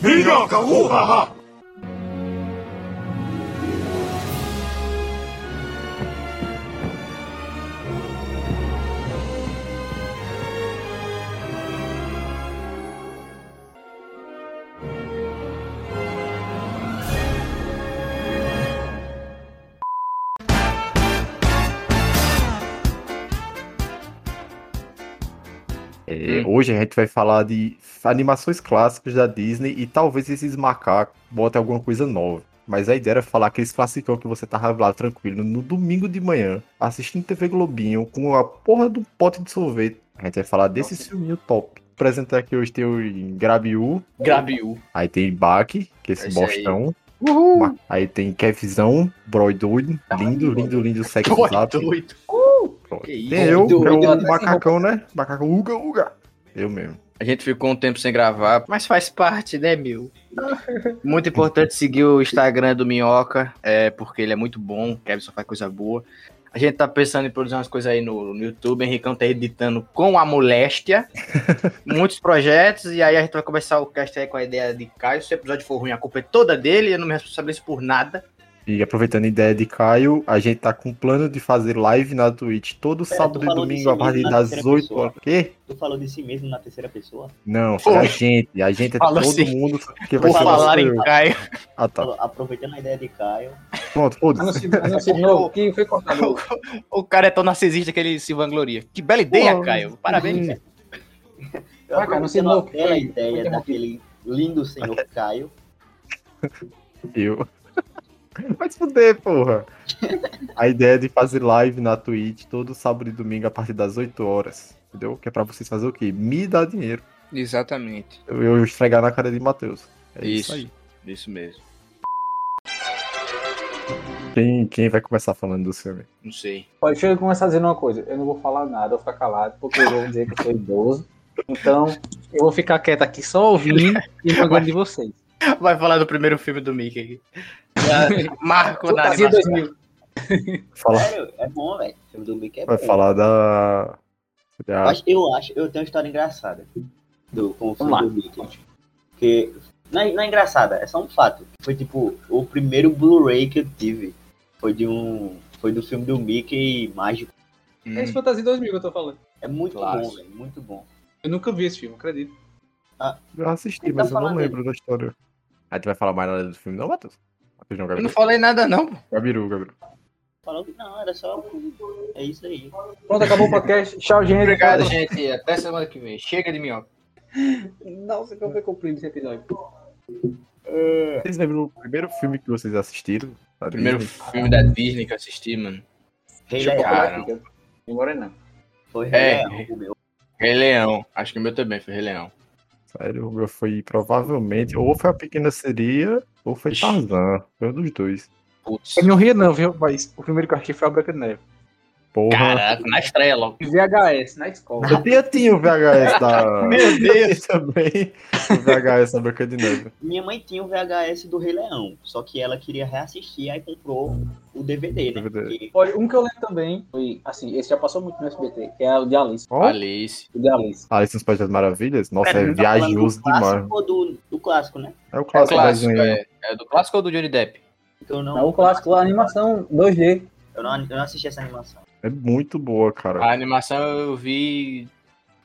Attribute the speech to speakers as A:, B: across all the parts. A: Minhoca, uhaha!
B: É,
C: Hum.
B: Hoje a gente vai falar de animações clássicas da Disney e talvez esses macacos botem alguma coisa nova. Mas a ideia era falar aqueles classicão que você tava lá tranquilo no domingo de manhã, assistindo TV Globinho, com a porra do pote de sorvete. A gente vai falar desse filminho top. Vou apresentar aqui hoje tem o Grabiú,
C: Grabiu.
B: aí tem Baque, que é esse
C: É isso aí.
B: bostão. Ma- Aí tem Kevzão, Broidoid, lindo, lindo, lindo, sexy zap.
C: é doido.
B: Pronto.
C: Que isso,
B: Tem eu, que é
C: doido,
B: o
C: até sem
B: macacão, né? Macacão, uga, uga. Eu mesmo.
C: A gente ficou um tempo sem gravar, mas faz parte, né, meu? Muito importante seguir o Instagram do Minhoca, é, porque ele é muito bom, o Kevin só faz coisa boa. A gente tá pensando em produzir umas coisas aí no, no YouTube, Henricão tá editando com a moléstia, muitos projetos, e aí a gente vai começar o cast aí com a ideia de Caio. Se o episódio for ruim, a culpa é toda dele, eu não me responsabilizo por nada.
B: E aproveitando a ideia de Caio, a gente tá com o plano de fazer live na Twitch todo sábado e
D: falou
B: domingo
D: disso
B: a partir
D: mesmo na
B: das
D: terceira
B: 8
D: pessoa.
B: horas. Quê?
D: Tu falou de si mesmo na terceira pessoa?
B: Não, foi a gente. A gente é
C: Falou
B: todo
C: assim.
B: mundo que vai
C: Por
B: ser o nosso
C: falar em
B: eu.
C: Caio.
B: Ah, tá.
D: Falou, aproveitando a ideia de Caio.
B: Pronto, foda-se.
E: Anúncio novo que foi cortado.
C: O cara é tão narcisista que ele se vangloria. Que bela ideia, Caio. Parabéns.
D: Eu
E: Ah, cara, não sei
D: aproveitando
E: não,
D: a bela
E: foi-
D: ideia
E: foi
D: daquele lindo senhor Caio.
B: Eu. Vai se fuder, porra. A ideia é de fazer live na Twitch todo sábado e domingo a partir das 8 horas. Entendeu? Que é pra vocês fazer o quê? Me dar dinheiro.
C: Exatamente.
B: Eu, eu esfregar na cara de Matheus. É isso,
C: Isso.
B: aí.
C: Isso mesmo.
B: Quem, quem vai começar falando do filme?
C: Não sei.
E: Ó, Deixa eu começar dizendo uma coisa. Eu não vou falar nada, eu vou ficar calado, porque eu vou dizer que eu sou idoso. Então, eu vou ficar quieto aqui só ouvindo e mandando de vocês.
C: Vai falar do primeiro filme do Mickey aqui. Marco na
E: Fantasia
C: animação.
E: 2000.
B: Fala.
D: Sério, é bom, velho. O filme do Mickey é
B: Vai
D: bom.
B: falar da. da-
D: Mas eu acho, eu tenho uma história engraçada do, com o filme
E: lá.
D: do Mickey. Que não é, não é engraçada, é só um fato. Foi tipo, o primeiro Blu-ray que eu tive foi de um. Foi do filme do Mickey Mágico.
C: Hum.
E: É esse Fantasia 2000 que eu tô falando.
D: É muito
C: Clássico.
D: bom, velho. Muito bom.
E: Eu nunca vi esse filme, acredito.
B: Eu assisti,
D: Ele tá
B: mas eu não
D: falando
B: lembro da história. Aí tu vai falar mais nada do filme, não, Matheus? Matheus não,
C: Eu
B: Gabiru.
C: não falei nada, não. pô.
B: Gabiru, Gabiru.
D: Falou que não, era só. um- É isso aí.
E: Pronto, acabou o podcast. Tchau, gente.
C: Obrigado, gente. Até semana que vem. Chega de minhoca.
E: Nossa, como foi cumprido esse episódio.
B: Vocês lembram do primeiro filme que vocês assistiram? Tá da
C: É. Primeiro
B: Disney?
C: filme da Disney que eu assisti, mano.
D: Rei
C: Deixa eu
D: Leão.
C: procurar.
E: Agora fica. Agora não.
D: Foi
C: É.
D: Rei Leão, o meu.
C: Rei Leão. Acho que o meu também foi Rei Leão.
B: Sério, o meu foi provavelmente. Ou foi a Pequena Seria, ou foi
C: Ixi.
B: Tarzan. Foi um dos dois.
C: Putz.
E: Eu não ria não, viu? Mas o primeiro que eu achei foi a Branca de Neve.
B: Porra.
C: Caraca, na estreia logo.
E: VHS, na escola.
B: Eu tinha, tinha o VHS da.
C: Meu Deus.
B: Eu também. O VHS da Branca de Neve.
D: Minha mãe tinha o VHS do Rei Leão, só que ela queria reassistir, aí comprou o DVD, né?
B: DVD.
D: Porque
E: Olha, um que eu lembro também foi, assim, esse já passou muito no SBT, que é o de Alice.
B: Ó,
C: Alice.
E: O de Alice.
B: Alice nos Países das Maravilhas? Nossa,
D: Pera,
B: é
D: tu tá falando
B: viajoso
D: do clássico
B: demais.
D: ou do, do clássico, né?
B: É o
C: É o
B: clássico,
C: clássico.
B: desenho.
C: É, é do clássico ou do Johnny Depp?
D: Porque eu não,
E: É o clássico, a animação 2D.
D: Eu não, eu não assisti essa animação.
B: É muito boa, cara.
C: A animação eu vi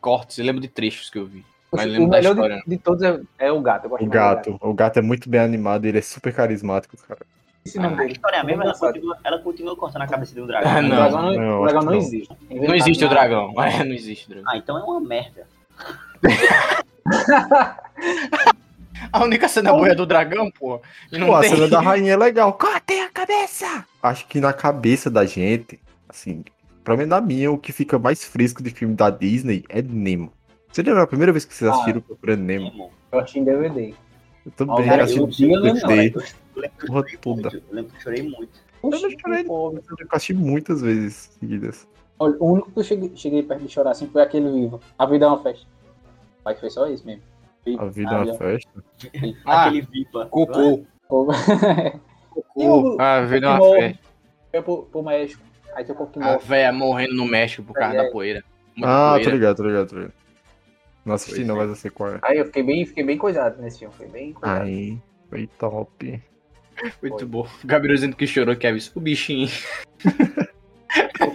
C: cortes. Eu lembro de trechos que eu vi.
E: O,
C: Mas lembro da
E: melhor
C: história.
E: de, de todos é, é o gato. Eu gosto
B: O
E: mais do
B: gato. O gato é muito bem animado, ele é super carismático, cara.
E: Esse nome
C: Ah,
D: A
E: dele.
D: história mesmo, ela
E: Engraçado.
D: continua, ela continua cortando a cabeça de um dragão.
C: Ah,
E: O
C: não.
E: dragão não,
B: não,
E: o dragão não
B: não.
E: existe. tá
C: Não
B: tá
C: existe o
E: Inventaram
C: dragão. É, não existe o dragão.
D: Ah, então é uma merda.
C: A única cena boa é do dragão, pô. E não
B: Pô, a
C: tem.
B: cena da rainha é legal. Cortem a cabeça! Acho que na cabeça da gente, assim, pra mim na minha, o que fica mais fresco de filme da Disney é Nemo. Você lembra a primeira vez que vocês
E: Ah.
B: assistiram Procurando Nemo?
D: Nemo.
E: nada. Eu achei em DVD.
B: Eu também
E: Cara,
B: assisti
E: eu vi, eu lembro,
B: DVD,
D: Eu lembro que eu
B: porra
D: chorei
B: toda.
D: muito, eu lembro que eu chorei muito.
B: não chorei.
E: pobre.
B: Eu assisti muitas vezes seguidas.
E: Olha, o único que eu cheguei, cheguei perto de chorar assim foi aquele vivo. A vida é uma festa. Mas foi só isso mesmo.
B: A vida é
E: Ah,
B: uma
E: já.
B: festa.
C: Ah,
D: Aquele Viva.
C: Cocô.
E: Pô,
C: Cocô. A velha Ah, uma
E: Pokémon.
C: fé.
E: Foi pro, pro México. Aí tem o
C: A
E: Pokémon.
C: véia morrendo no México por causa
E: Ai,
C: da poeira. Muita
B: Ah, tô
C: poeira.
B: ligado, tô ligado, tô ligado. Não assisti não, mas eu sei qual é.
E: Aí eu fiquei bem, fiquei bem coisado nesse filme, fiquei bem coisado.
B: Aí, foi top.
C: Muito bom. Gabriel dizendo que chorou, Kevin. O bichinho.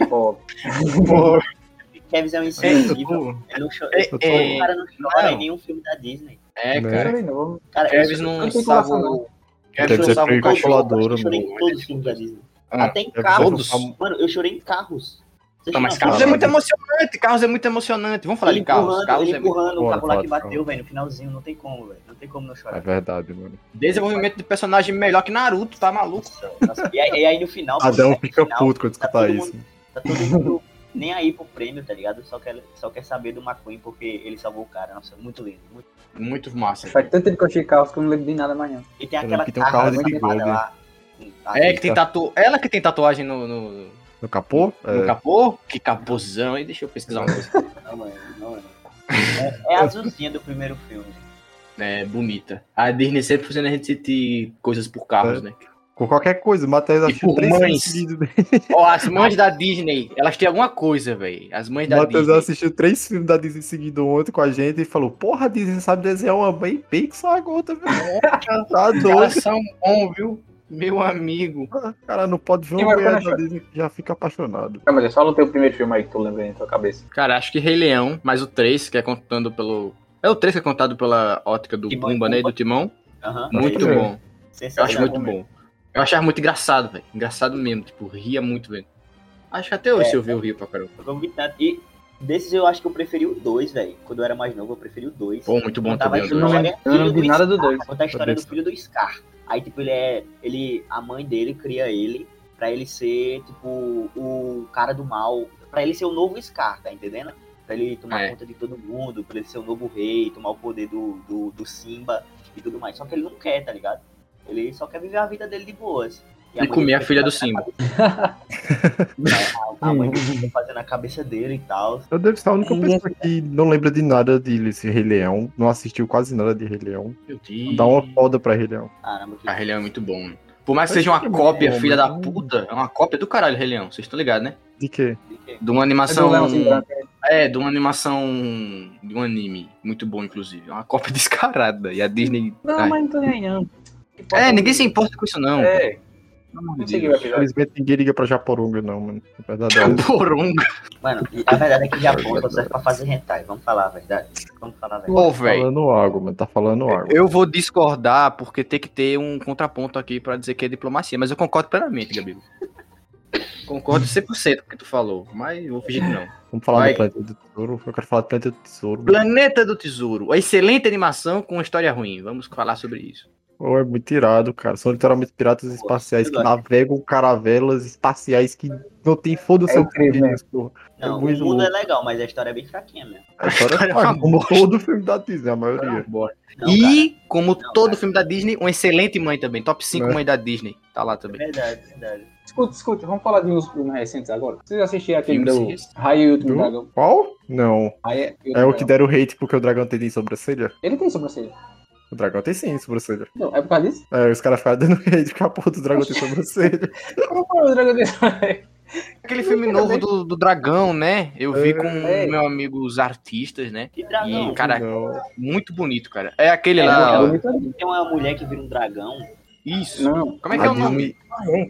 E: Pô,
D: Kevin é um insensível. Ele não chora.
C: É,
D: O
C: é,
D: cara não chora
C: não.
D: em nenhum filme da Disney.
C: é,
B: Né?
C: cara.
E: chorei não.
D: Cara,
C: Kevin
D: eu-
C: não
E: não tem
C: salva
E: coração,
C: o.
B: Deve
C: Kevin não
B: ser
C: salva o
B: precoce.
C: cachorro.
B: calculadora, é
D: eu chorei em
C: mano.
D: todos os filmes da Disney.
C: Ah,
D: Até em
B: deve ser
D: carros.
B: fam-
D: Mano, eu chorei em carros. Vocês
C: Não, mas
D: choram?
C: Carros é muito emocionante. Carros é muito emocionante. Vamos falar
D: ele
C: de Carros.
D: empurrando,
C: Carros
D: ele
C: é muito...
D: empurrando o
B: Bora,
D: cabo lá
B: fala
D: que
B: de
D: bateu,
B: Carros.
D: velho, no finalzinho, não tem como, velho. Não tem como não
B: É
D: chorar.
B: verdade, mano.
C: Desenvolvimento de personagem melhor que Naruto, tá maluco?
D: Nossa, e, aí, e aí no final, pô,
B: Adão
D: no
B: fica
D: final,
B: puto quando
D: tá
B: escutar
D: todo
B: isso.
D: Tá todo mundo nem aí pro prêmio, tá ligado? Só quer, só quer saber do McQueen porque ele salvou o cara. Nossa, muito lindo. muito-
C: Muito massa.
E: Faz tanto tempo que eu achei carros que eu não lembro de nada mais não.
D: E tem
B: Eu
D: aquela
B: lembro que tem um carro de
D: animada
B: bigode.
C: né?
D: lá. Hum, tá,
C: É, que tem tatu... Ela que tem tatuagem no, no,
B: No capô?
C: no
B: É.
C: capô? Que capôzão, hein? Deixa eu pesquisar uma coisa.
D: Não, mano, não, mano. É, é a azulzinha do primeiro filme.
C: É, bonita. A Disney sempre fazendo a gente sentir coisas por carros,
B: É.
C: né?
B: Com qualquer coisa, o Matheus achou
C: por
B: três
C: mães.
B: filmes seguidos.
C: Ó, as mães da Disney, elas têm alguma coisa, velho. As mães da
B: Matheus assim,
C: Disney.
B: assistiu três filmes da Disney seguido ontem com a gente e falou: Porra, a Disney sabe desenhar uma bem Pixar agora também.
C: É.
B: Tá
C: Elas
B: doido.
C: são bom, viu? Meu amigo.
B: O cara não pode ver
E: Quem
B: uma
E: vai
B: mulher
E: ficar
B: da Disney que já fica apaixonado.
E: Não, mas eu só lutei o primeiro filme aí que tu lembra aí na tua cabeça.
C: Cara, acho que Rei Leão, mas o 3, que é contando pelo. É o 3 que é contado pela ótica do
D: Timão e
C: Bumba, né? E do
D: Pumba.
C: Timão.
D: Aham.
C: Muito
B: que é.
C: bom. Eu acho
D: Sensacional.
C: muito bom. Eu achava muito engraçado, velho. Engraçado mesmo. Tipo, ria muito, velho. Acho que até hoje
D: É.
C: se eu ver, eu rio pra caramba.
D: Eu vou combinar. E desses eu acho que eu preferi o 2, velho. Quando eu era mais novo, eu preferi o 2.
C: Pô, muito bom
D: Tava
C: também. o
D: junto,
E: Eu não
C: dois.
D: né?
E: lembro, eu não lembro de nada do dois.
D: Conta a história do
B: Deus.
D: filho do Scar. Aí, tipo, ele é. Ele, a mãe dele cria ele pra ele ser, tipo, o cara do mal. Pra ele ser o novo Scar, tá entendendo? Pra ele tomar
C: É.
D: conta de todo mundo, pra ele ser o novo rei, tomar o poder do, do, do Simba e tudo mais. Só que ele não quer, tá ligado? Ele só quer viver a vida dele de boas.
C: E
D: mãe
C: comer a
D: dele
C: filha do
D: fica fazendo
C: Simba.
D: a- A, a mãe dele fica fazendo a cabeça dele e tal.
B: Eu devo ser a única
E: É
B: pessoa que não lembra de nada de esse Rei Leão, não assistiu quase nada de Rei Leão.
E: é
C: Meu Deus.
B: Dá uma foda pra Rei Leão.
D: Caramba, que.
C: Ah, Rei Leão é muito bom. né? Por mais que seja uma cópia, filha da puta, é uma cópia do caralho, Rei Leão. Vocês estão ligados, né?
B: De quê?
C: De uma
E: É do
C: animação.
E: Leãozinho Branco.
C: É, de uma animação. De um anime. Muito bom, inclusive. É uma cópia descarada. E a Disney.
E: Não,
C: Ai.
E: mas não tô nem aí, não. Que porra
C: É, ninguém se importa com isso, não.
E: É,
C: Pelo amor
E: não
C: de
E: sei o que vai
C: Deus.
E: pegar.
B: Infelizmente ninguém liga pra Japoronga, não, mano. É verdade.
C: Poronga.
D: Mano, a verdade é que o Japão só serve pra fazer hentai. Vamos falar a verdade. Vamos falar a verdade.
C: Ô,
B: Tá
C: velho.
B: falando água, mano. Tá falando água.
C: Eu vou discordar porque tem que ter um contraponto aqui pra dizer que é diplomacia, mas eu concordo plenamente, Gabi. Concordo 100% com o que tu falou, mas eu vou fingir que não.
B: Vamos falar
C: Vai.
B: do Planeta do Tesouro. Eu quero falar do Planeta do Tesouro.
C: Planeta do Tesouro, uma excelente animação com uma história ruim. Vamos falar sobre isso.
B: Pô, é muito irado, cara. São literalmente piratas espaciais que
D: verdade.
B: navegam caravelas espaciais que não tem foda-se
E: É
B: ao
E: incrível,
B: que
E: né?
B: eles, porra. É
D: Não, o
B: muito
D: mundo
B: louco.
D: é legal, mas a história é bem fraquinha mesmo.
B: A história é
C: É uma
B: fraca, como
C: bosta.
B: todo filme da Disney, a maioria.
C: Bora.
D: Não,
C: e, como
D: Não,
C: todo
D: cara.
C: filme da Disney, uma excelente mãe também. Top 5
B: Né?
C: mãe da Disney. Tá lá
D: cara,
C: também.
D: é verdade, é verdade.
E: Escuta, escuta, vamos falar de meus filmes recentes agora. Vocês assistiram aquele
C: Filmes
E: do
C: recentes?
E: Raio e o Último
B: Do?
E: Dragão?
B: Qual? Não.
E: Raio e
B: É o que
E: Dragão.
B: deram hate porque o dragão tem sobrancelha?
E: Ele tem sobrancelha.
B: O dragão tem sim sobrancelha.
E: Não, é por causa disso?
B: É, os caras ficaram dando hate porque a porra do dragão tem sobrancelha.
E: Como foi o dragão dele?
C: Aquele filme novo do, do dragão, né? Eu vi
B: É.
C: com
E: É.
C: meu amigo os artistas, né?
D: Que dragão?
C: E, cara,
B: Não.
C: muito bonito, cara. É aquele
D: É,
C: lá.
D: é
C: ó.
E: bonito ali.
D: Tem uma mulher que vira um dragão.
C: Isso.
E: Não,
C: Como é que
B: A
C: é o nome?
B: Disney-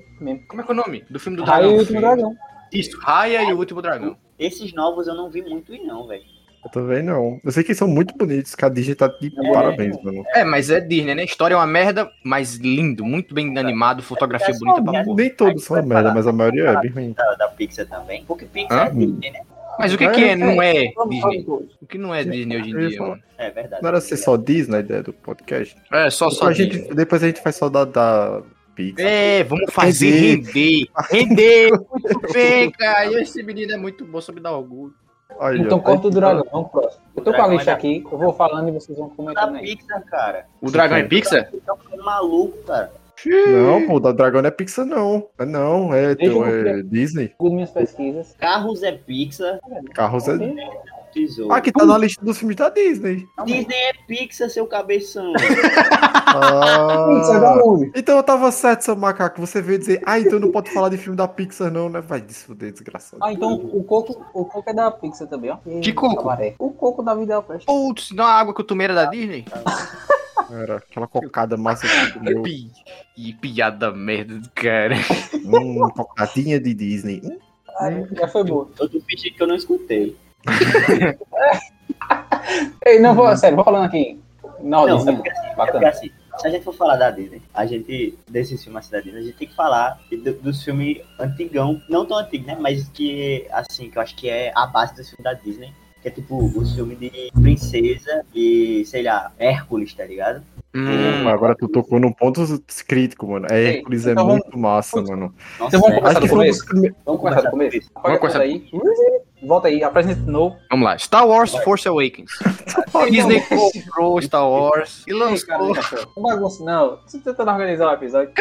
C: Como é que é o nome do filme do
E: Raio e o
C: dragão?
E: Último Dragão.
C: Isso, Raya e o Último Dragão.
D: Esses novos eu não vi muito, e não, velho.
B: Eu também não. Eu sei que eles são muito bonitos, que a Disney tá de
E: É.
B: parabéns, mano.
C: É, mas é Disney, né? História é uma merda, mas lindo, muito bem animado, fotografia
D: É só
C: bonita pra
D: merda.
C: porra.
B: Tá- Nem todos são uma merda, mas a maioria é bem ruim.
D: Da, da Pixar também. Porque Pixar
C: Hã?
B: Ah,
D: é Disney, né?
C: Mas o que, que é, não é
E: Vamos,
C: Disney?
E: vamos, vamos.
C: O que não é Disney hoje
B: Eu
C: em
B: ia
C: dia,
B: falar.
C: mano?
D: É verdade.
B: Não era ser só Disney a ideia do podcast?
C: É, só
B: Depois
C: só
B: a gente-
C: Disney.
B: depois a gente faz só da, da Pixar.
C: É, vamos fazer render. Render, muito bem, cara. Esse menino é muito bom, sobre dar orgulho.
B: Olha,
E: Então
B: aí-
E: corta o dragão, vamos pro próximo. Eu tô com a
D: Dragão
E: lista
D: é da-
E: aqui, eu vou falando e vocês vão
D: É Da
E: comentando aí.
D: Pixar, cara.
C: O Dragão é Pixar?
D: Você tá ficando maluco, cara.
B: Não, pô, o da Dragão não é Pixar, não. É não, é,
E: Deixa eu
B: é Disney.
E: Segundo minhas pesquisas,
D: Carros é Pixar.
E: Uhum.
B: Carros é.
E: Sim.
D: Tesouro.
B: Ah, que tá na lista dos filmes da Disney.
D: Disney é Pixar, seu cabeção.
E: Pizza um. da
B: Ah,
E: Lumi.
B: então eu tava certo, seu macaco. Você veio dizer, ah, então não pode falar de filme da Pixar, não, né? Vai desfuder, desgraçado.
E: Ah, então o coco, o coco é da Pixar também, ó.
C: Que coco?
E: Cabaré. O coco da vida é o peixe.
C: Putz, não a água que eu tomei era da Disney?
B: Era aquela cocada massa que comeu.
C: Pi... E piada merda do cara.
B: Hum, cocadinha de Disney. Hum,
E: Ai, Já foi boa.
D: Eu tô fingindo que eu não escutei.
E: Ei, não, vou, sério, vou falando aqui. Não,
D: Não,
E: Disney,
D: é porque É porque
E: bacana.
D: assim, se a gente for falar da Disney, a gente, desses filmes assim da Disney, a gente tem que falar do- dos filmes antigão, não tão antigo, né? Mas que, assim, que eu acho que é a base dos filmes da Disney. Que é tipo os filmes de princesa e, sei lá, Hércules, tá ligado?
B: hum, agora tu tocou num ponto crítico, mano. É,
E: Ei,
B: Hércules é
E: então vamos-
B: muito massa, mano.
D: Nossa,
E: Então vamos
D: é-
E: começar
B: foi um
E: do
B: dos
E: começo?
B: primeiros-
D: vamos
E: Vamos começar do começo? Apaga
C: começar.
E: tudo aí. Volta aí, apresenta de novo.
C: Vamos lá. Star Wars Force Awakens. A Disney comprou Star Wars e
E: Ei, cara,
C: lançou.
E: Não bagunça, não. Você tá tentando organizar o episódio.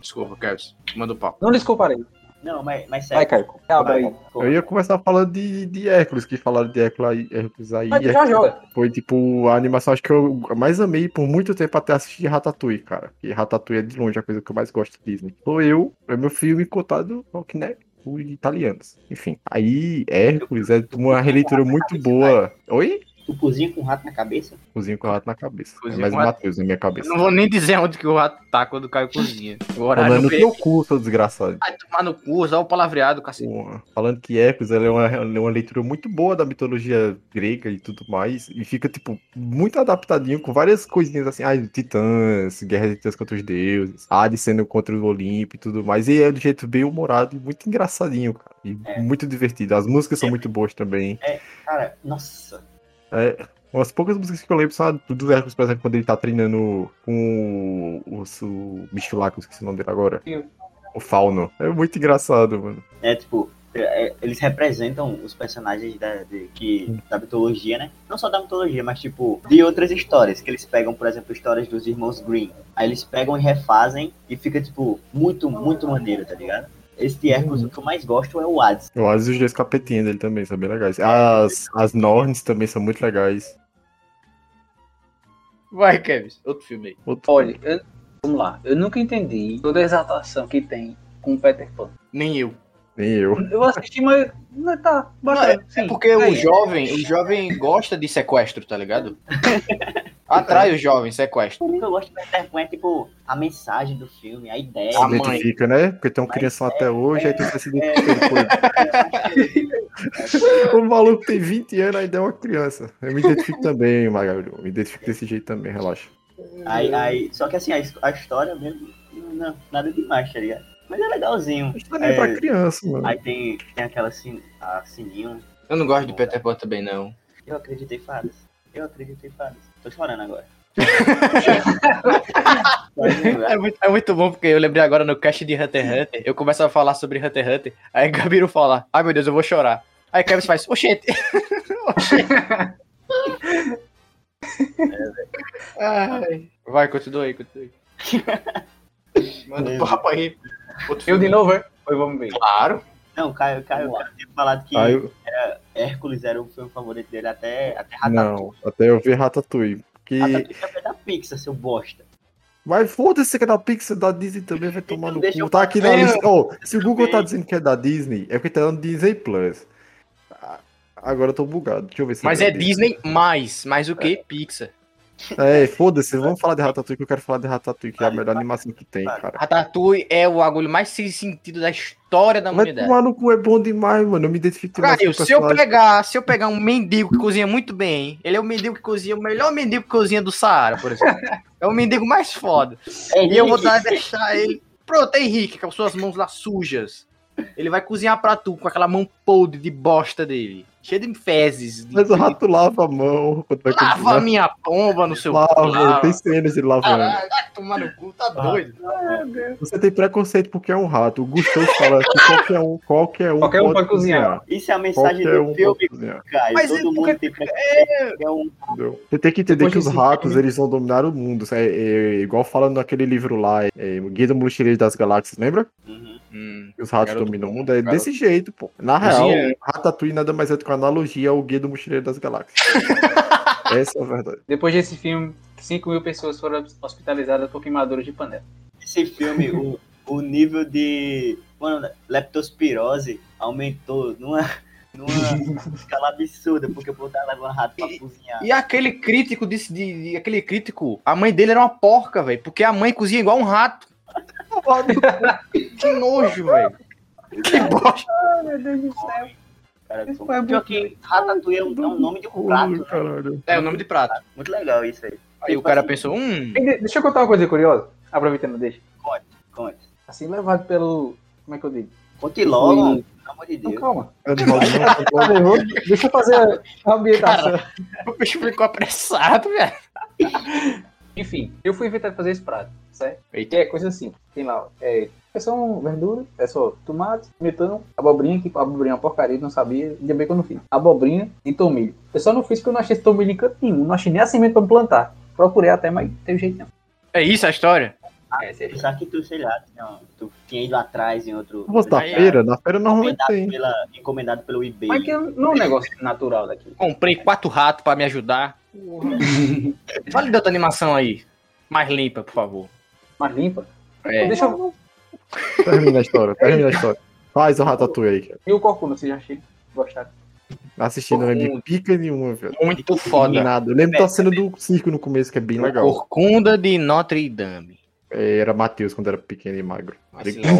C: Desculpa, Kevs. Manda o pau.
E: Não desculpa aí.
D: Não, mas, mas sério.
E: Vai, Caio. Abre aí.
B: Eu ia começar falando de, de Hércules, que falaram de Hércules aí. Hércules aí
E: Mas tu já joga.
B: Foi tipo a animação, acho que eu mais amei por muito tempo até assistir Ratatouille, cara. E Ratatouille é de longe a coisa que eu mais gosto de Disney. Sou eu, é meu filme contado ao que, né? Por italianos. Enfim. Aí, Hércules é uma releitura muito boa. Oi?
D: Tu cozinha com um rato na cabeça?
B: Cozinho com o rato na cabeça.
C: Cozinho
B: é mais
C: com
B: um
C: rato.
B: Matheus na minha
C: Eu
B: cabeça.
C: não vou nem dizer onde que o rato tá quando cai cozinha. O
B: Falando
C: horário
B: no
C: dele.
B: teu cu, seu desgraçado.
C: Vai tomar no cu, usar o palavreado, cacete.
B: Porra. Falando que Hércules ela é uma, ela é uma leitura muito boa da mitologia grega e tudo mais. E fica, tipo, muito adaptadinho com várias coisinhas assim. Ai, titãs, guerra de titãs contra os deuses, Hades sendo contra o Olimpo e tudo mais. E é do jeito bem humorado e muito engraçadinho, cara. E
D: É.
B: muito divertido. As músicas são muito boas também.
D: Cara, nossa.
B: Umas poucas músicas que eu lembro são a do Hércules, por exemplo, quando ele tá treinando com o, o, o bicho lá, que eu esqueci o nome dele agora.
E: Sim.
B: O Fauno. É muito engraçado, mano.
D: É tipo, é, é, eles representam os personagens da, de- que, da mitologia, né? Não só da mitologia, mas tipo, de outras histórias. Que eles pegam, por exemplo, histórias dos irmãos Green. Aí eles pegam e refazem e fica, tipo, muito, muito maneiro, tá ligado? Este Hércules, o que eu mais gosto é o Hades.
B: Eu acho os dois capetinhos dele também são bem legais. As, as Norns também são muito legais.
C: Vai, Kevs. Outro filme aí.
B: Outro-
E: Olha, eu- vamos lá. Eu nunca entendi toda a exaltação que tem com o Peter Pan.
C: Nem eu.
B: Nem eu.
E: Eu assisti, mas não tá bacana.
C: É porque o jovem, o jovem gosta de sequestro, tá ligado? Atrai o jovem, sequestro.
D: O que eu gosto do Peter Pan é, tipo, a mensagem do filme, a ideia.
C: A mãe.
B: Identifica, né? Porque tem um crianção até hoje, aí tem que se identificar depois. O maluco tem 20 anos, ainda é uma criança. Eu me identifico também, Magalho. Eu me identifico desse jeito também, relaxa.
D: Aí, aí, só que assim, a, his- a história mesmo, não, nada demais, tá ligado? Mas é legalzinho.
B: Mas também é pra criança, mano.
D: Aí tem, tem aquela sin, a sininho. né?
C: Eu não gosto de Peter Pan também, não.
D: Eu acreditei em fadas. Eu acreditei em fadas. Tô chorando agora. Pode lembrar.
C: É muito, é muito bom, porque eu lembrei agora no cast de Hunter x Hunter, eu começo a falar sobre Hunter x Hunter, aí Gabiru fala, ai meu Deus, eu vou chorar. Aí Kevs faz, oxente. Ai. Vai, continua aí, continua aí. Manda o papo aí. Outro
E: Eu
C: filme.
E: de novo, é? Pois vamos ver.
C: Claro.
D: Não, Caio, Caio, Caio tinha falado que
B: Aí eu-
D: Hércules era o filme favorito dele até, até Ratatouille.
B: Não, até eu vi Ratatouille. Porque...
D: Ratatouille também é da Pixar, seu bosta.
B: Mas foda-se que é da Pixar, da Disney também vai tomar no
D: Então Deixa eu
B: cu. Tá aqui na
C: fazer,
B: lista. Ó, se o Google tá
D: também.
B: dizendo que é da Disney, é porque tá dando Disney Plus. Ah, Agora eu tô bugado. Deixa eu ver se. tá
C: Mas é
B: da
C: Disney mais, mais o que? Pixar.
B: É, foda-se. Vamos falar de Ratatouille que eu quero falar de Ratatouille, que é a melhor animação que tem, cara.
C: Ratatouille é o agulho mais sem sentido da história da
B: Mas
C: humanidade.
B: tomar no cu é bom demais, mano. Eu me identifico mais
C: Cara,
B: com o
C: se eu
B: personagem.
C: pegar, se eu pegar um mendigo que cozinha muito bem, ele é o mendigo que cozinha, o melhor mendigo que cozinha do Saara, por exemplo. É o mendigo mais foda.
D: É
C: E eu vou dar, deixar ele. Pronto, é Henrique, com as suas mãos lá sujas. Ele vai cozinhar pra tu com aquela mão podre de bosta dele. Cheia de fezes. de-
B: Mas o rato lava a mão. Quando vai
C: Lava a
B: cozinhar.
C: minha pomba no seu cu,
B: Lava,
C: lava.
B: tem cenas de lavando.
C: Caralho, vai tomar no cu, tá doido.
B: Ah. Você tem preconceito porque é um rato. O Gustavo fala que qualquer um, qualquer um,
E: Qualquer um pode cozinhar.
D: Isso é a mensagem
B: Qualquer
D: do
B: um pode
D: filme,
B: cozinhar.
D: Caio.
C: Mas
D: Todo
C: é
D: mundo
C: porque-
D: tem preconceito. É um
B: Entendeu? Você tem que entender
E: Depois
B: que os
E: desse
B: ratos,
E: filme-
B: eles vão dominar o mundo. É, é- é igual falando naquele livro lá, é, é, Guia do Mochileiro das Galáxias, lembra?
D: Uhum.
C: Hum,
B: Os ratos
C: Garoto
B: dominam o
C: bom,
B: mundo. É
C: garoto.
B: desse jeito, pô. Na real,
C: Assim, é.
B: Ratatouille nada mais é do que uma analogia ao Guia do Mochileiro das Galáxias. Essa é a verdade.
E: Depois desse filme, 5 mil pessoas foram hospitalizadas por queimaduras de panela.
D: Esse filme, o, o nível de mano, leptospirose aumentou numa, numa escala absurda, porque o povo tá levando rato pra cozinhar.
C: E aquele crítico disse de, de- aquele crítico, a mãe dele era uma porca, velho, porque a mãe cozinha igual um rato. que nojo, velho. Que bosta.
D: Cara,
A: Isso
D: como...
A: é
D: Pior
A: muito-
D: que Ratatouille é um, é um nome de um prato, né?
B: Caralho.
C: É o nome de prato.
D: Muito legal isso aí.
C: Aí o cara pensou, hum,
E: E de- Deixa eu contar uma coisa curiosa, aproveitando, deixa.
D: Conte.
E: Assim, levado pelo. Como é que eu digo?
D: Conte logo,
E: Hum.
D: pelo amor de
E: Não,
D: Deus.
E: calma.
B: Eu não vou- não vou-
E: Calma, eu vou- Deixa eu fazer a ambientação.
C: o bicho ficou apressado, velho.
E: Enfim, eu fui inventar de fazer esse prato, certo?
C: Eita.
E: Que é coisa assim. Tem lá, é. É só verdura, é só tomate, pimentão, abobrinha, que abobrinha é uma porcaria, não sabia, ainda bem que eu não fiz. Abobrinha e tomilho. Eu só não fiz porque eu não achei esse tomilho em canto nenhum, não achei nem a semente pra me plantar. Procurei até, mas não teve jeito não.
C: É isso a história?
E: É, esse é
D: Pensar que tu, sei lá, tinha- tu tinha ido atrás em outro.
B: Vou na
D: Aí,
B: feira, na feira normalmente
D: encomendado,
B: tem.
D: pela, encomendado pelo eBay.
E: Mas que não é um negócio natural daqui.
C: Comprei quatro ratos pra me ajudar. Fale de outra animação aí. Mais limpa, por favor.
E: Mas limpa.
C: É.
E: Deixa eu.
D: né?
B: Termina a história, termina a história. Faz o Ratatouille aí, cara. Tá
E: E o corcunda, vocês já achei gostaram?
B: Assistindo, não
D: um
B: lembro de pica nenhuma, velho.
C: Muito
B: De
C: foda.
B: Nada. Eu lembro da cena do circo no começo, que é bem legal.
C: Corcunda de Notre Dame.
B: É, Era Matheus quando era pequeno e magro.
C: Vai se
B: Legal.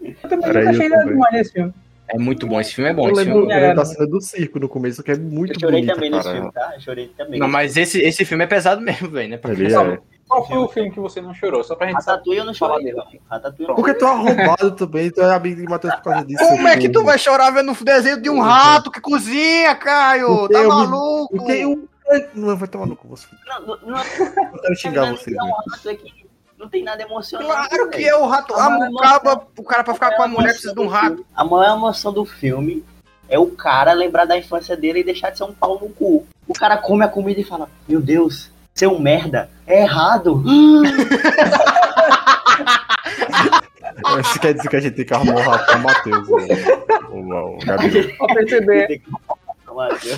E: Eu também
B: Era
E: não achei
B: eu
E: nada
B: também.
E: demais nesse filme.
C: É muito bom, esse filme é bom.
B: eu
C: Esse
B: lembro, eu
C: filme...
E: filme é-
B: lembro da cena do circo no começo, que é muito
D: Eu chorei
B: bonita,
D: também nesse
B: cara.
D: filme, tá? Eu chorei também.
C: Não, mas esse, esse filme é pesado mesmo, velho, né? Pra
B: Ele
C: criança.
B: é.
E: Qual foi o filme que você não chorou? Só pra gente saber.
D: Ratatouille eu não
E: Fala
D: chorei.
E: dele.
D: não. Ratatouille eu não
B: Porque tu é arrombado também, tu é amigo de Matheus por causa disso.
C: Como
B: seu
C: é que tu
B: burro.
C: vai chorar vendo o desenho de um rato que cozinha, Caio?
B: Porque
C: Tá
B: eu me-
C: maluco?
B: Porque eu. Não, vai tomar no cu, você.
D: Não, não, não,
B: Eu quero xingar você.
D: não,
B: velho.
D: não, não tem nada emocionante.
C: Claro que
D: velho.
C: é o rato.
D: A
C: A
D: maior
C: mucaba, o cara pra ficar com a
D: maior
C: mulher
D: emoção
C: precisa de um
D: do
C: rato.
D: filme- A maior emoção do filme é o cara lembrar da infância dele e deixar de ser um pau no cu. O cara come a comida e fala: Meu Deus, ser um merda é errado.
B: É, Isso quer dizer que a gente tem que arrumar um rato pra Matheus. velho. O- o- o Gabiru.
E: Pra perceber.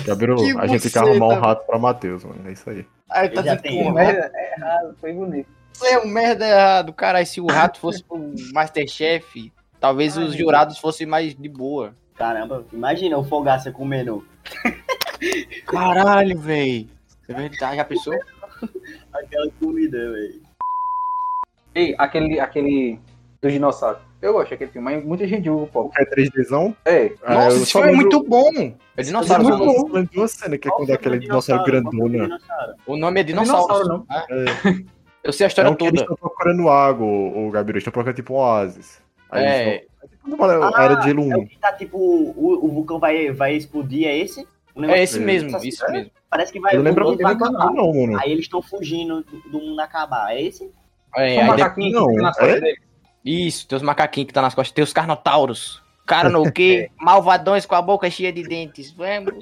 B: Gabiru,
C: Que
B: a gente tem que
C: buceta,
B: arrumar um
C: velho.
B: rato pra Matheus, mano. É isso aí.
C: Aí
D: tá dizendo que o
E: Mas é errado, foi bonito.
C: Você é um merda errado, cara. E se o rato fosse pro Masterchef, talvez os jurados fossem mais de boa.
D: Caramba, imagina o Fogaça comendo.
C: Caralho, velho. É verdade, já pensou?
D: Aquela comida, velho.
E: Ei, aquele, aquele dos dinossauros. Eu gosto daquele filme, mas muita gente julga, pô.
B: É 3Dzão?
E: Ei,
B: Ah,
C: Nossa,
B: eu
C: esse
B: só
C: filme é
B: lembro-
C: muito bom. É dinossauro.
E: É
B: Eu
C: não.
E: muito bom.
B: só lembro de uma cena, que é quando é aquele
D: um
B: dinossauro grandona.
D: Dinossauro.
C: O nome é dinossauro.
E: dinossauro, não.
C: Ah,
B: É.
C: Eu sei a
B: É
C: história
B: um que eles
C: toda.
B: estão procurando água, o, o Gabiru. Eles estão procurando tipo um oásis. Aí eles
C: É.
B: estão- é tipo numa
D: Ah,
B: era de gelo
D: É o
B: 1.
D: que tá tipo, o, o vulcão vai, vai explodir, é esse? O negócio-
C: É esse mesmo,
D: Essas-
C: isso mesmo.
D: Parece que vai
B: Eu não lembro
D: o mundo
B: muito
D: vai
B: bem do
D: acabar.
B: nome, não, mano.
D: Aí eles estão fugindo do, do mundo acabar. É esse?
C: É,
E: Só
C: aí
E: um
C: de-
E: macaquinho
B: não,
E: que fica nas costas dele.
C: Isso, tem os macaquinhos que tá nas costas, tem os carnotauros. Cara no quê? Malvadões com a boca cheia de dentes. Vamos.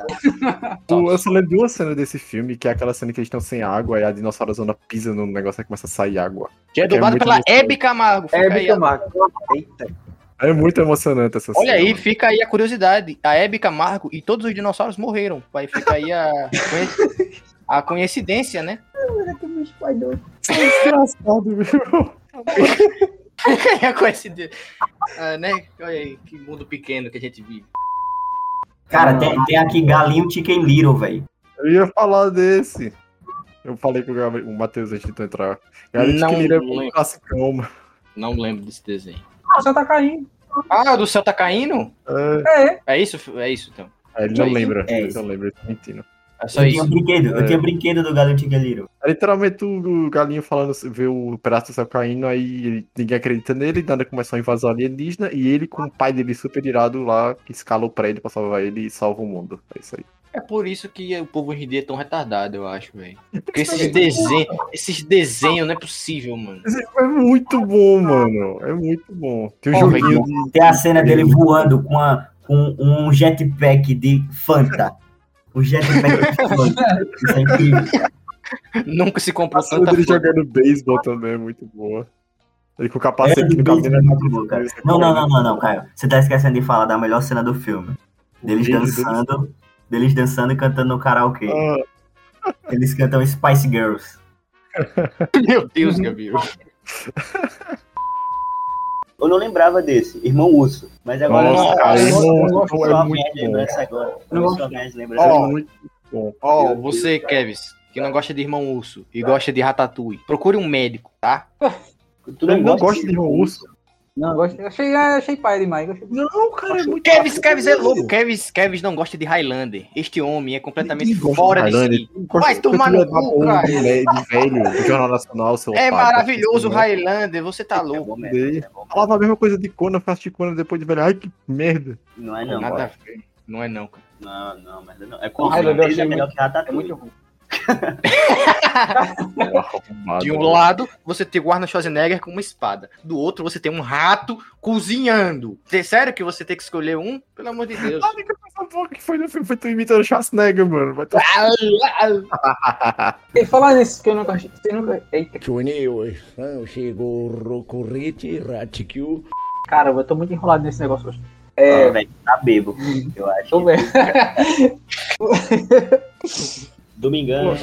B: Eu só lembro de uma cena desse filme, que é aquela cena que eles estão sem água e a dinossaurazona pisa no negócio e começa a sair água.
C: Que é dublado
B: muito
C: pela
B: gostoso.
C: Hebe Camargo. Fica
E: É,
C: aí
E: Bica
C: a-
E: Marco. Eita.
B: É muito emocionante essa
C: Olha
B: cena.
C: aí,
B: mano.
C: fica aí a curiosidade. A Hebe Camargo e todos os dinossauros morreram. Aí fica aí a, conhe- a coincidência, né?
B: Isso é desgraçado, viu?
C: a coincidência. Ah, né? Olha aí, que mundo pequeno que a gente vive.
D: Cara, tem, tem aqui Galinho Chicken Little, velho.
B: Eu ia falar desse. Eu falei com o, Gabriel, o Matheus antes de tu entrar. Cara,
C: Não
B: não, que ele é um
C: lembro.
B: classicão, mano.
C: Não lembro desse desenho.
E: Ah, só tá caindo.
C: Ah, o do céu tá caindo?
B: É,
E: É.
C: É isso? É isso, então.
B: aí ele não
C: Mas-
B: lembra.
D: é
B: ele
D: isso.
B: não lembra, ele tá mentindo.
C: É só isso.
D: brinquedo,
B: É.
D: brinquedo do Galinho Chicken Little.
B: É literalmente o galinho falando, vê o pedaço do céu caindo, aí ele- ninguém acredita nele, nada começou a invasão alienígena, e ele com o pai dele super irado lá, que escala o prédio pra salvar ele e salva o mundo. É isso aí.
C: É por isso que o povo hoje em dia é tão retardado, eu acho, velho. Porque esses desenhos, esses desenhos não é possível, mano.
B: Esse filme É muito bom, mano. É muito bom. Tem um
C: Ó,
B: joguinho
D: Tem a cena dele voando com, a- com um jetpack de Fanta. Um jetpack de Fanta. Isso é incrível.
C: Nunca se comprou
B: passando
C: tanta
B: dele
C: fruta.
B: jogando beisebol também, é né? muito boa. Ele com o capacete no cabelo.
D: Não, não, não, não, não, Caio. Você tá esquecendo de falar da melhor cena do filme. Deles
B: vídeo
D: dançando, deles dançando e cantando no karaokê.
B: Ah,
D: Eles cantam Spice Girls.
C: Meu Deus, Gabriel.
D: Eu não lembrava desse, Irmão Urso. Mas agora
B: Nossa,
D: eu
B: cara,
D: eu
B: Irmão
D: eu
B: Urso
D: só
B: é
D: a
B: muito
D: minha
B: bom.
D: lembrança agora. Eu
E: Nossa.
D: só a minha lembrança
B: É
D: agora.
B: muito bom.
C: Ó, você, Kevis, que não gosta de irmão urso e gosta de ratatouille, procure um médico, tá?
D: Tu
B: eu não gosto de Irmão Urso.
E: Não, eu gostei. Achei, achei pai demais. Gostei.
B: Não, cara, é muito
C: Kevis, Kevis é louco. Kevis, Kevis não gosta de Highlander. Este homem é completamente
B: Ninguém gosta
C: fora de
B: de Highlander.
C: si. Vai tomar no cu, cara.
B: de velho, velho, do Jornal Nacional, seu
C: É
B: otário. assim, né?
C: maravilhoso o Highlander, você tá louco.
D: Não
B: Falava a mesma coisa de Conan, eu faço de Conan depois de velho. Ai, que merda.
D: é não,
C: Nada a
D: bora.
C: ver. Não é não, cara.
D: não, não, mas não. É
E: Ah,
D: com
E: meu Deus,
D: certeza
E: é
D: é melhor que
E: É muito
D: Ratatouille.
E: ruim.
C: De um lado, você tem o Arnold Schwarzenegger com uma espada. Do outro, você tem um rato cozinhando. É sério que você tem que escolher um? Pelo amor de Deus.
B: A única coisa boa que foi no filme foi tu imitando o Schwarzenegger, mano. Vai tomar-
E: E falar nisso que eu nunca achei. Você nunca. Eita,
A: chegou Rocorrete, Ratikyu.
E: caramba, eu tô muito enrolado nesse negócio hoje.
D: É,
E: É,
D: velho, tá bebo, eu
E: tô
D: acho.
E: bem.
D: Domingão,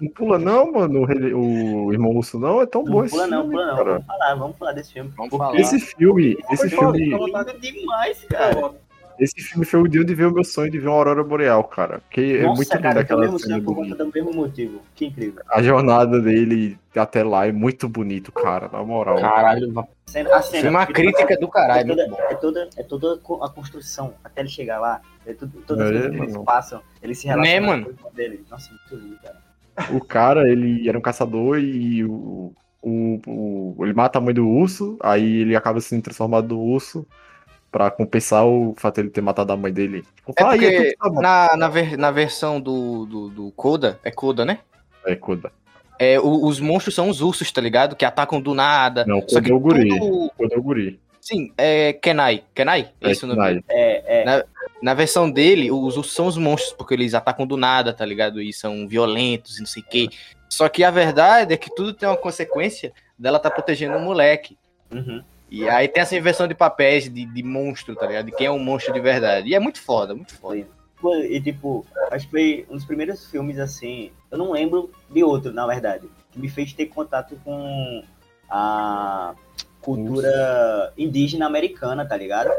B: Não pula não, mano, o, Rei- o Irmão Urso não. É tão bom
D: não
B: esse
D: pula não,
B: filme,
D: pula não.
B: cara.
D: Vamos falar, vamos falar desse filme.
C: Vamos falar.
B: Esse filme, esse
E: Foi foda,
B: filme, é
E: então.
D: Lindo demais,
E: é
D: cara.
B: esse filme foi o dia de ver o meu sonho de ver uma aurora boreal, cara. Que é muito
D: Nossa,
B: linda
D: cara, eu tô
B: aquela
D: mesmo
B: cena
D: sendo por
B: do
D: conta do mesmo motivo. Que incrível.
B: A jornada dele até lá é muito bonito, cara, na moral.
C: Caralho, uma-
D: A cena- a cena-
C: uma crítica do caralho.
D: É
C: muito bom.
D: toda, é, toda, é toda co- a construção, até ele chegar lá, é tudo, todas
B: É,
D: as coisas que eles
B: mano.
D: passam, eles se
C: Né,
D: relacionam
C: mano?
D: com o irmão dele. Nossa, muito lindo, cara.
B: O cara, ele era um caçador e o, o, o- ele mata a mãe do urso, aí ele acaba se transformado no urso pra compensar o fato de ele ter matado a mãe dele. Tipo,
C: É
B: fala, "Aí,
C: porque
B: tudo tá bom."
C: na, na, ver- na versão do, do, do Koda, é Koda, né?
B: É, Koda.
C: É, o- os monstros são os ursos, tá ligado? Que atacam do nada.
B: Não,
C: Só que
B: Koda é o guri.
C: tudo-
B: Koda é o guri.
C: Sim, é Kenai. Kenai? É
B: É,
C: isso o nome
B: Sinai.
C: dele.
D: É, é.
C: Na versão dele, os ursos são os monstros, porque eles atacam do nada, tá ligado? E são violentos e não sei o quê. Só que a verdade é que tudo tem uma consequência dela tá protegendo o moleque.
D: Uhum.
C: E aí tem essa inversão de papéis de, de monstro, tá ligado? De quem é um monstro de verdade. E é muito foda, muito foda.
D: Pô, E tipo, acho que foi um dos primeiros filmes assim. Eu não lembro de outro, na verdade, que me fez ter contato com a cultura indígena americana, tá ligado?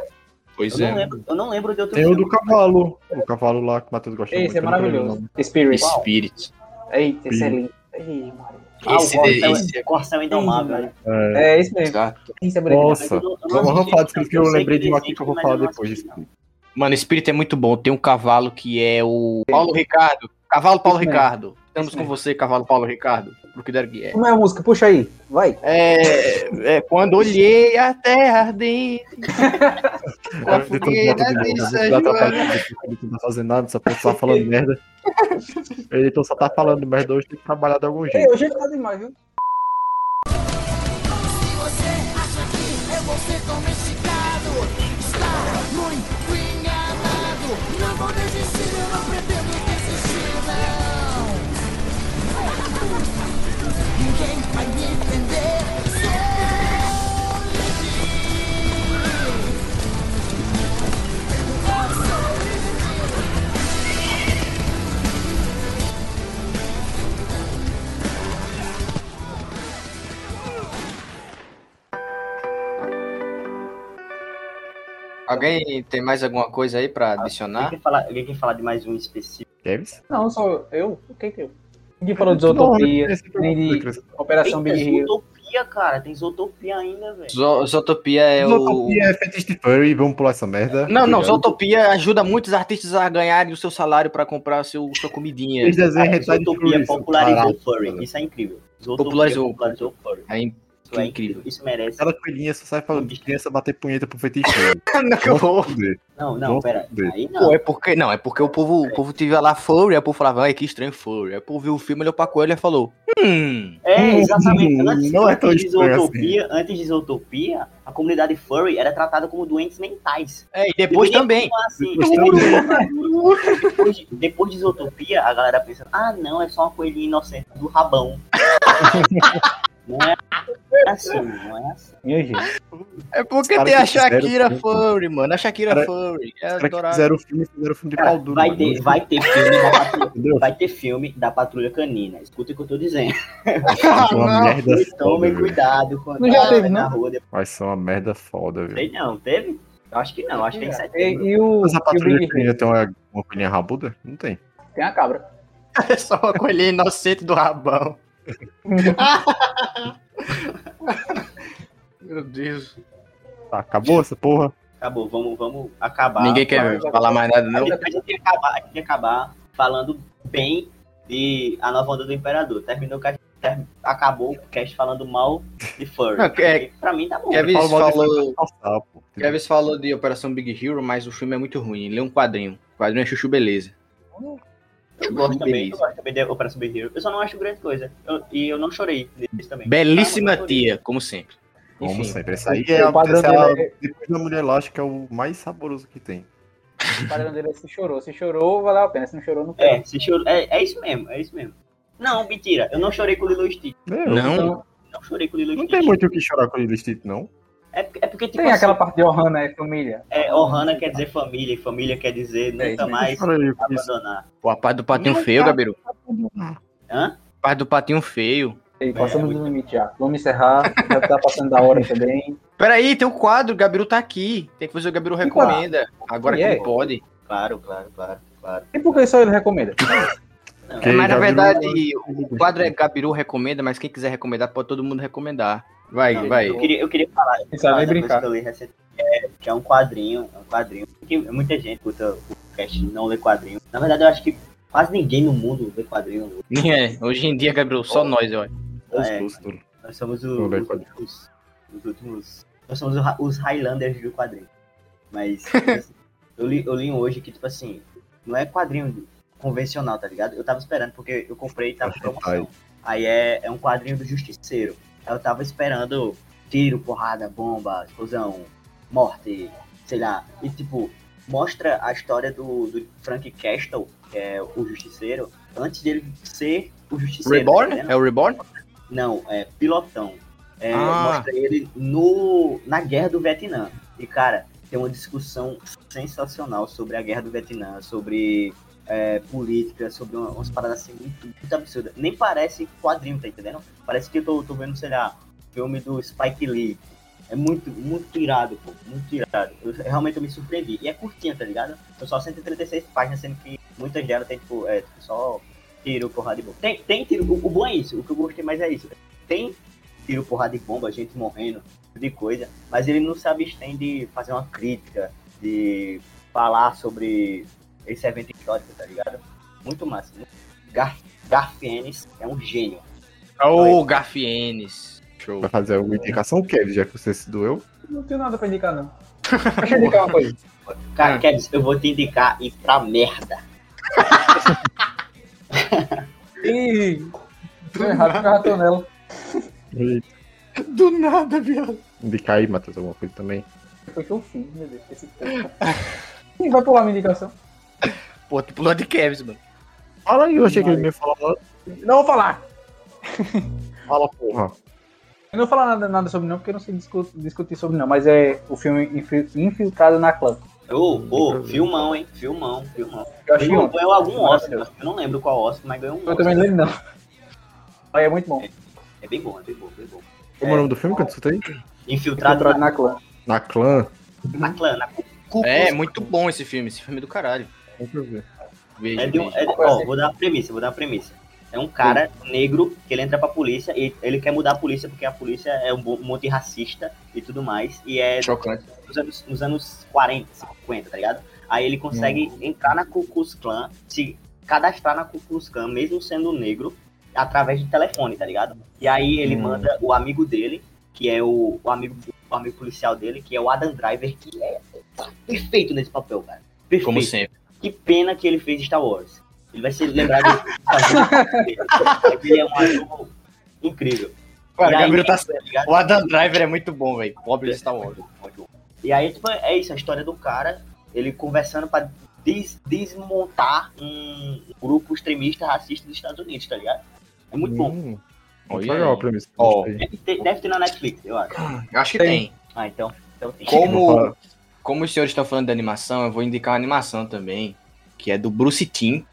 C: Pois
D: Eu não lembro, eu não lembro de outro
B: é.
C: é
B: Tem o
D: filme.
B: do cavalo. O cavalo lá que o Matheus gosta muito.
E: Esse é
B: eu não lembro o
E: maravilhoso.
B: nome.
E: Spirit.
C: Spirit.
E: Eita, esse é
B: Sim.
E: lindo. Ei, Maria.
D: Ah,
C: Esse,
D: o
C: de-
D: Corcel,
C: esse é
D: Corcel Indomável. né?
B: É.
E: É isso mesmo.
C: exato.
E: Esse é bonito.
B: Nossa,
D: Mas eu não- eu não
B: vamos, vamos
D: assisti,
B: falar disso porque eu
D: eu sei
B: lembrei
D: que é
B: de um
D: existe,
B: aqui que eu vou
D: mas
B: falar
D: eu não
B: depois.
D: assisti,
B: disso.
C: Mano, espírito é muito bom. Tem um cavalo que é o Paulo Ricardo. Cavalo Paulo
E: Isso mesmo.
C: Ricardo. Estamos
E: Isso
C: com
E: mesmo.
C: você, cavalo Paulo Ricardo. Pro que der que é.
E: Como é a música? Puxa aí. Vai.
C: É, é, quando olhei a terra ardente.
B: Cara, eu tô
C: fogueira
B: muito
C: de
B: nervoso,
C: São
B: já tá
C: João.
B: fazendo- Ele não tá fazendo nada, só tá falando merda. Ele então só tá falando merda hoje, tem que trabalhar de algum jeito.
E: Ei, hoje é tá demais, viu?
C: Alguém tem mais alguma coisa aí pra
D: Alguém
C: adicionar?
D: quer falar- Alguém quer falar de mais um específico?
B: Kevis?
E: Não, só eu. Quem que eu? Ninguém falou de Zootopia, nem de Operação
D: Eita,
E: Big Hero.
D: Zootopia, cara. Tem Zootopia ainda, velho.
C: Zo- Zootopia é o.
B: Zootopia é fetiche de furry, vamos pular essa merda.
C: Não, não,
B: Obrigado.
C: Zootopia ajuda muitos artistas a ganharem o seu salário pra comprar seu, sua comidinha.
B: Eles desenham hentai de furry.
D: Ah, Zootopia
B: isso,
D: popularizou
B: caralho,
D: o furry.
B: mano.
D: Isso é incrível. Zootopia
C: Popularizou.
D: popularizou o furry.
C: É in-
D: Isso é
C: Incrível.
D: incrível. Isso merece.
B: Aquela coelhinha só sai falando de criança bater punheta pro fetiche furry.
C: Não, que eu vou.
D: Não, não,
B: Nossa,
D: pera.
B: Deus.
D: Aí não.
C: Pô, é porque, não, é porque o povo, o povo teve lá Furry, aí o povo falava, ai, que estranho Furry. Aí o povo viu o filme, olhou pra coelho e falou, hum,
D: É, exatamente.
B: Hum,
D: Antes,
B: não é tão
D: antes, de
B: estranho
D: Zootopia, antes de Zootopia, a comunidade furry era tratada como doentes mentais.
C: É, e depois
D: Ninguém
C: também.
D: falava Assim,
B: Depois também.
D: depois, de, depois de Zootopia, a galera pensa, ah, não, é só uma coelhinha inocente do rabão. não é? assim, não é assim.
E: Meu gente.
C: É porque
B: Os caras
C: tem a
B: que fizeram
C: Shakira
B: tudo.
C: Furry, mano. A Shakira
B: Cara-
C: Furry. É
B: Os caras que
C: adorável.
B: fizeram o filme, fizeram o filme de pau duro.
D: Vai
B: mano.
D: ter, vai ter filme da patrulha,
B: Entendeu?
D: vai ter filme da patrulha canina. Escuta o que eu tô dizendo.
B: Vai ser
C: Ah,
B: uma
C: não.
B: merda foda,
D: Tomem
B: velho.
D: cuidado quando tá
E: Não já teve,
D: na
E: não?
D: rua. Depois...
B: Vai ser uma merda foda, velho.
D: Sei não, teve? Eu acho que não, acho que tem
E: E,
D: setembro.
E: e o,
B: Mas a
E: e o
B: patrulha
E: Big
B: canina
E: Hit?
B: tem uma, uma coelhinha rabuda? Não tem.
E: Tem a cabra.
C: É só uma colher inocente do rabão. Meu Deus.
B: Tá, acabou essa porra?
D: Acabou, vamos, vamos acabar.
C: Ninguém quer falar mais nada, não.
D: A gente, a gente tem que acabar, a gente tem que acabar falando bem de A Nova Onda do Imperador. Terminou o cast, ter- acabou o cast falando mal de Furry.
C: Não, é-
D: pra mim tá bom.
C: Kevin
B: Fala mal de
C: falou,
B: Passar, pô.
C: Kevin falou de Operação Big Hero, mas o filme é muito ruim. Lê um quadrinho. O quadrinho é Chuchu Beleza.
D: Eu gosto também, eu
C: beleza.
D: gosto também de Operação Big Hero. Eu só não acho grande coisa. Eu- e eu não chorei nesse também.
C: Belíssima
D: Tá, mas eu chorei.
C: tia, como sempre.
B: Como
C: Enfim.
B: sempre. Essa aí é, a,
E: O padrão
B: essa é a-
E: dele
B: depois da mulher elástica, é o mais saboroso que tem.
E: O padrão dele é se chorou. Se chorou, valeu a pena. Se não chorou, não pega.
D: É, se chorou, é, é isso mesmo, é isso mesmo. Não, mentira, eu não chorei com o Lilo e Stitch.
B: É, eu-
C: Não,
E: Então,
D: Não chorei com o Lilo e
B: Não
D: Stitch.
B: tem muito o que chorar com o Ilistito, não.
D: É, porque- é porque, tipo,
E: Tem
D: assim,
E: aquela parte de Ohana, é família.
D: é, Ohana quer dizer família, e família quer dizer
E: É isso
D: nunca
E: mesmo.
D: mais
B: Olha aí, com isso.
D: abandonar.
C: Pô, a parte do patinho
B: Não,
D: tá
C: feio,
B: cara.
C: Gabiru.
D: Hã?
C: A parte do patinho feio.
E: Ei, passamos do limite já. Vamos encerrar. Já tá passando da hora também.
C: Peraí, tem um quadro, o Gabiru tá aqui. Tem que fazer o Gabiru recomenda. Agora que
E: E aí?
D: é?
C: ele pode.
D: Claro, claro, claro, claro.
E: E por que só ele recomenda?
B: Que
C: É, mas na
B: Gabiru-
C: verdade, o quadro é Gabiru recomenda, mas quem quiser recomendar, pode todo mundo recomendar. Vai,
D: Não,
C: vai.
D: Eu queria, eu queria falar
E: Ele sabe
D: uma coisa
E: brincar.
D: que eu li recentemente, é, que é um quadrinho, é um quadrinho. Que muita gente escuta o podcast e não lê quadrinho. Na verdade, eu acho que quase ninguém no mundo lê quadrinho.
C: É, hoje em dia, Gabiru,
D: Oh,
C: só nós, ó.
B: Olha os
D: É.
B: gostos.
D: Nós somos o-
B: Não lê
D: os,
B: quadrinho.
D: últimos, os últimos. Nós somos o Ra- os Highlanders do quadrinho. Mas assim, eu, li, eu li um hoje que, tipo assim, não é quadrinho convencional, tá ligado? Eu tava esperando, porque eu comprei e tava em promoção. Aí é, é um quadrinho do Justiceiro. Aí eu tava esperando tiro, porrada, bomba, explosão, morte, sei lá. E tipo, mostra a história do, do Frank Castle, que é o Justiceiro, antes dele ser o Justiceiro. tá
C: Reborn?
D: entendendo?
C: É o Reborn?
D: Não, é pilotão. É,
C: Ah.
D: Mostra ele no, na guerra do Vietnã. E, cara, tem uma discussão sensacional sobre a guerra do Vietnã, sobre é, política, sobre uma- umas paradas assim muito, muito absurdas. Nem parece quadrinho, tá entendendo? Parece que eu tô, tô vendo, sei lá, filme do Spike Lee. É muito, muito irado, pô. Muito irado. Eu, realmente eu me surpreendi. E é curtinho, tá ligado? São só 136 páginas, sendo que muitas delas tem, tipo, é, tipo só tiro, porrada e bomba. Tem, tem tiro. O, o bom é isso. O que eu gostei mais é isso. Tem tiro, porrada e bomba, gente morrendo, de coisa. Mas ele não se abstém de fazer uma crítica, de falar sobre esse evento histórico, tá ligado? Muito massa. né? Gar Garfienes é um gênio.
C: É o Garfienes. Show.
B: Vai fazer alguma indicação, Kevin, já que você se doeu.
E: Não tenho nada pra indicar, não. Deixa eu indicar uma coisa.
D: Cara,
C: Ah.
D: Kevs, eu vou te indicar e pra merda.
E: Ih, tô errado, porque eu já tô nela.
C: Do nada, viado.
B: Indicar aí, Matheus, alguma coisa também.
E: Foi que eu fiz, meu Deus. Esse tempo. Ih, vai pular minha indicação.
C: Pô, tu pulou de Kevs, mano.
B: Fala aí, eu achei que
E: Vai.
B: ele ia falar.
E: Não vou falar.
B: Fala, porra.
E: Eu não vou falar nada, nada sobre não, porque eu não sei discu- discutir sobre não, mas é o filme Infil- Infiltrado na Clã.
D: Ô, ô, filmão, hein? Filmão, filmão.
E: Eu achei
D: Ele
E: ontem.
D: ganhou algum Oscar. Eu não lembro qual Oscar, mas ganhou um
E: Eu também
D: Oscar.
E: não lembro, não. Mas é muito bom.
D: É bem bom, é bem bom, bem bom.
B: Como é o nome do filme que eu escutei?
D: Infiltrado
E: Infiltrado
D: na,
E: na Clã.
B: Na Clã.
D: na clã, na cu- cu-
C: É, muito bom esse filme. Esse filme é do caralho.
B: Deixa eu ver.
C: Veja,
D: É de um-
C: veja.
D: é de- ó, vou dar uma premissa, vou dar uma premissa. É um cara negro que ele entra pra polícia e ele quer mudar a polícia porque a polícia é um bo- um monte racista e tudo mais. E é
C: Chocante.
D: nos anos, nos anos 40, 50, tá ligado? Aí ele consegue entrar na Ku Klux Klan, se cadastrar na Ku Klux Klan, mesmo sendo negro, através de telefone, tá ligado? E aí ele
B: Hum.
D: manda o amigo dele, que é o, o amigo, o amigo policial dele, que é o Adam Driver, que é perfeito nesse papel, cara. Perfeito.
C: Como sempre.
D: Que pena que ele fez Star Wars. Ele vai ser lembrado. de- ele é um ator incrível.
C: Cara,
D: E
C: o
D: aí,
C: Gabiru tá certo.
D: tá ligado?
C: O Adam Driver é muito bom, velho. Pobre Star Wars.
D: E aí, tipo, é isso, a história do cara, ele conversando pra des- desmontar um grupo extremista racista dos Estados Unidos, tá ligado? É muito bom.
B: Hum, Muito
C: Olha
B: legal
C: aí.
B: a premissa.
C: Ó,
B: Gostei.
D: Deve ter, deve ter na Netflix, eu acho.
C: Eu acho que
E: Tem.
C: tem.
D: Ah, então. então tem.
C: Como, como os senhores estão falando de animação, eu vou indicar uma animação também, que é do Bruce Timm,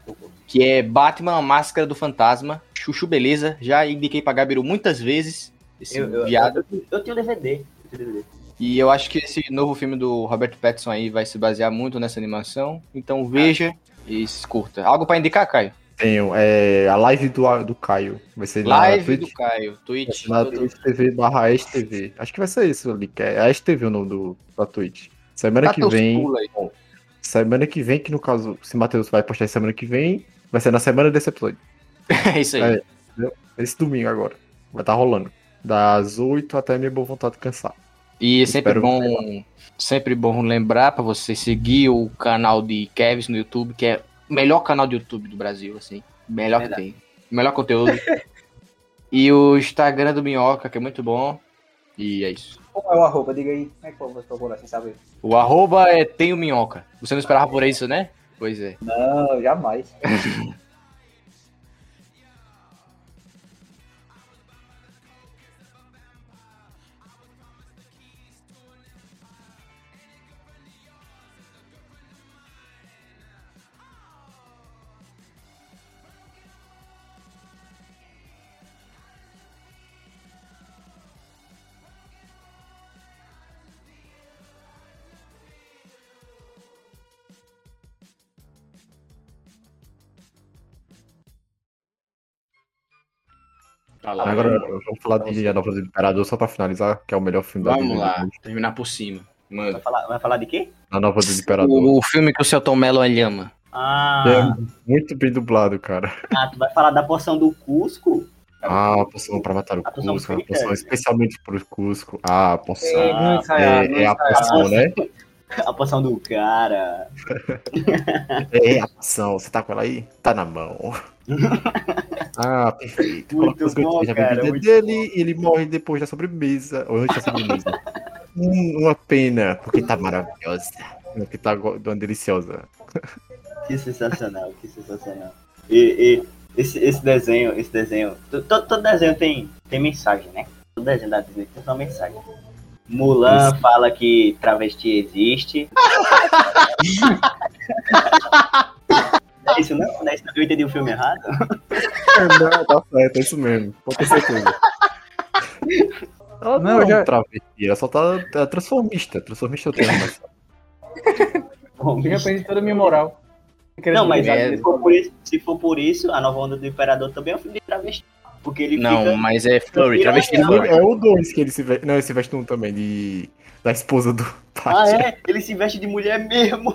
C: que é Batman, a Máscara do Fantasma, Chuchu Beleza. Já indiquei pra Gabiru muitas vezes esse
D: Eu, eu,
C: assim, viado.
D: eu, eu tenho DVD. Eu tenho DVD.
C: E eu acho que esse novo filme do Robert Pattinson aí vai se basear muito nessa animação. Então veja e se curta. Algo pra indicar, Caio?
B: Tenho é, a live do, do Caio. Vai ser na
C: Live
B: Twitch.
C: do Caio, Twitch.
B: Na
C: todo-
B: Twitch TV barra Ash TV. Acho que vai ser isso ali. Que é Ash TV o nome do, da Twitch. Semana
C: Tá
B: que
C: teus
B: vem.
C: pulos aí.
B: Semana que vem, que no caso, se Matheus vai postar semana que vem, vai ser na semana desse episódio.
C: É isso aí.
B: É. Esse domingo agora. Vai estar rolando. Das 8 até minha boa vontade cansar.
C: E é sempre
B: Espero
C: bom, sempre bom lembrar pra você seguir o canal de Kevs no YouTube, que é o melhor canal de YouTube do Brasil, assim. Melhor
D: Verdade.
C: que tem. Melhor conteúdo. e o Instagram do Minhoca, que é muito bom. E é isso.
E: Como é o arroba? Diga aí. Como é que eu vou procurar sem saber?
C: O arroba é Tem o Minhoca. Você não esperava por isso, né? Pois é.
E: Não, jamais.
C: Tá lá.
B: Agora vamos falar de A Nova do Imperador só pra finalizar, que é o melhor filme da
C: Vamos
B: Disney.
C: lá. Terminar por cima.
D: Vai
C: Manda.
D: falar, vai falar de quê?
B: A Nova do Imperador. É
C: O, o filme que o Celton Mello é ama.
D: Ah,
C: É.
B: Muito bem dublado, cara.
D: ah, tu vai falar da porção do Cusco?
B: Ah, a poção pra matar o
D: A poção
B: Cusco. A
D: frita,
B: poção
D: né?
B: especialmente pro Cusco. Ah, a poção.
E: Ei, não ensaiar, não
B: É, é a
E: ensaiar.
B: poção, né?
D: A porção do cara.
B: É a poção. Você tá com ela aí? Tá na mão. Ah, perfeito.
D: Muito
B: Coloca os
D: bom,
B: cantinhos da
D: cara,
B: bebida
D: muito
B: dele e ele morre depois da sobremesa. Ou antes da sobremesa. Hum, uma pena, porque tá maravilhosa. Porque tá go- uma deliciosa.
D: Que sensacional, que sensacional. E, e esse, esse desenho, esse desenho. to- Todo, todo desenho tem, tem mensagem, né? Todo desenho da Disney tem uma mensagem. Mulan fala que travesti existe. Não é isso não? Não é isso não? Eu entendi o filme errado?
B: Não, tá certo, é isso mesmo. Pode ter certeza. Ela não,
E: Não,
B: é
E: já-
B: um travesti, ela só tá é transformista. Transformista eu tenho, mas
D: Bom,
E: Eu já perdi toda a minha moral.
D: Não, mas
C: É.
D: se for, por isso, se for por isso, a nova onda do Imperador também é um filme de travesti. Porque ele
C: Não,
D: fica.
C: mas é Flurry,
D: Eu-
C: travesti
D: eu-
C: Flurry.
B: É o dois que ele se veste. Não, ele se veste num também, de... da esposa do
D: Ah,
B: Pátio.
D: é? Ele se veste de mulher mesmo.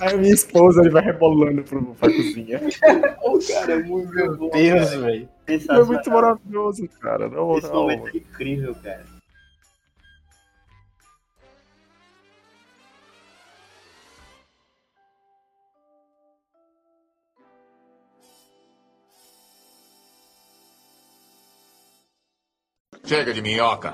B: Aí minha esposa ele vai rebolando pro, pra cozinha.
D: Pô, cara, é muito bom.
C: velho.
B: É
D: Sensacional.
B: muito maravilhoso, cara. Na
D: Esse
B: moral.
D: momento é incrível, cara.
F: Chega de minhoca.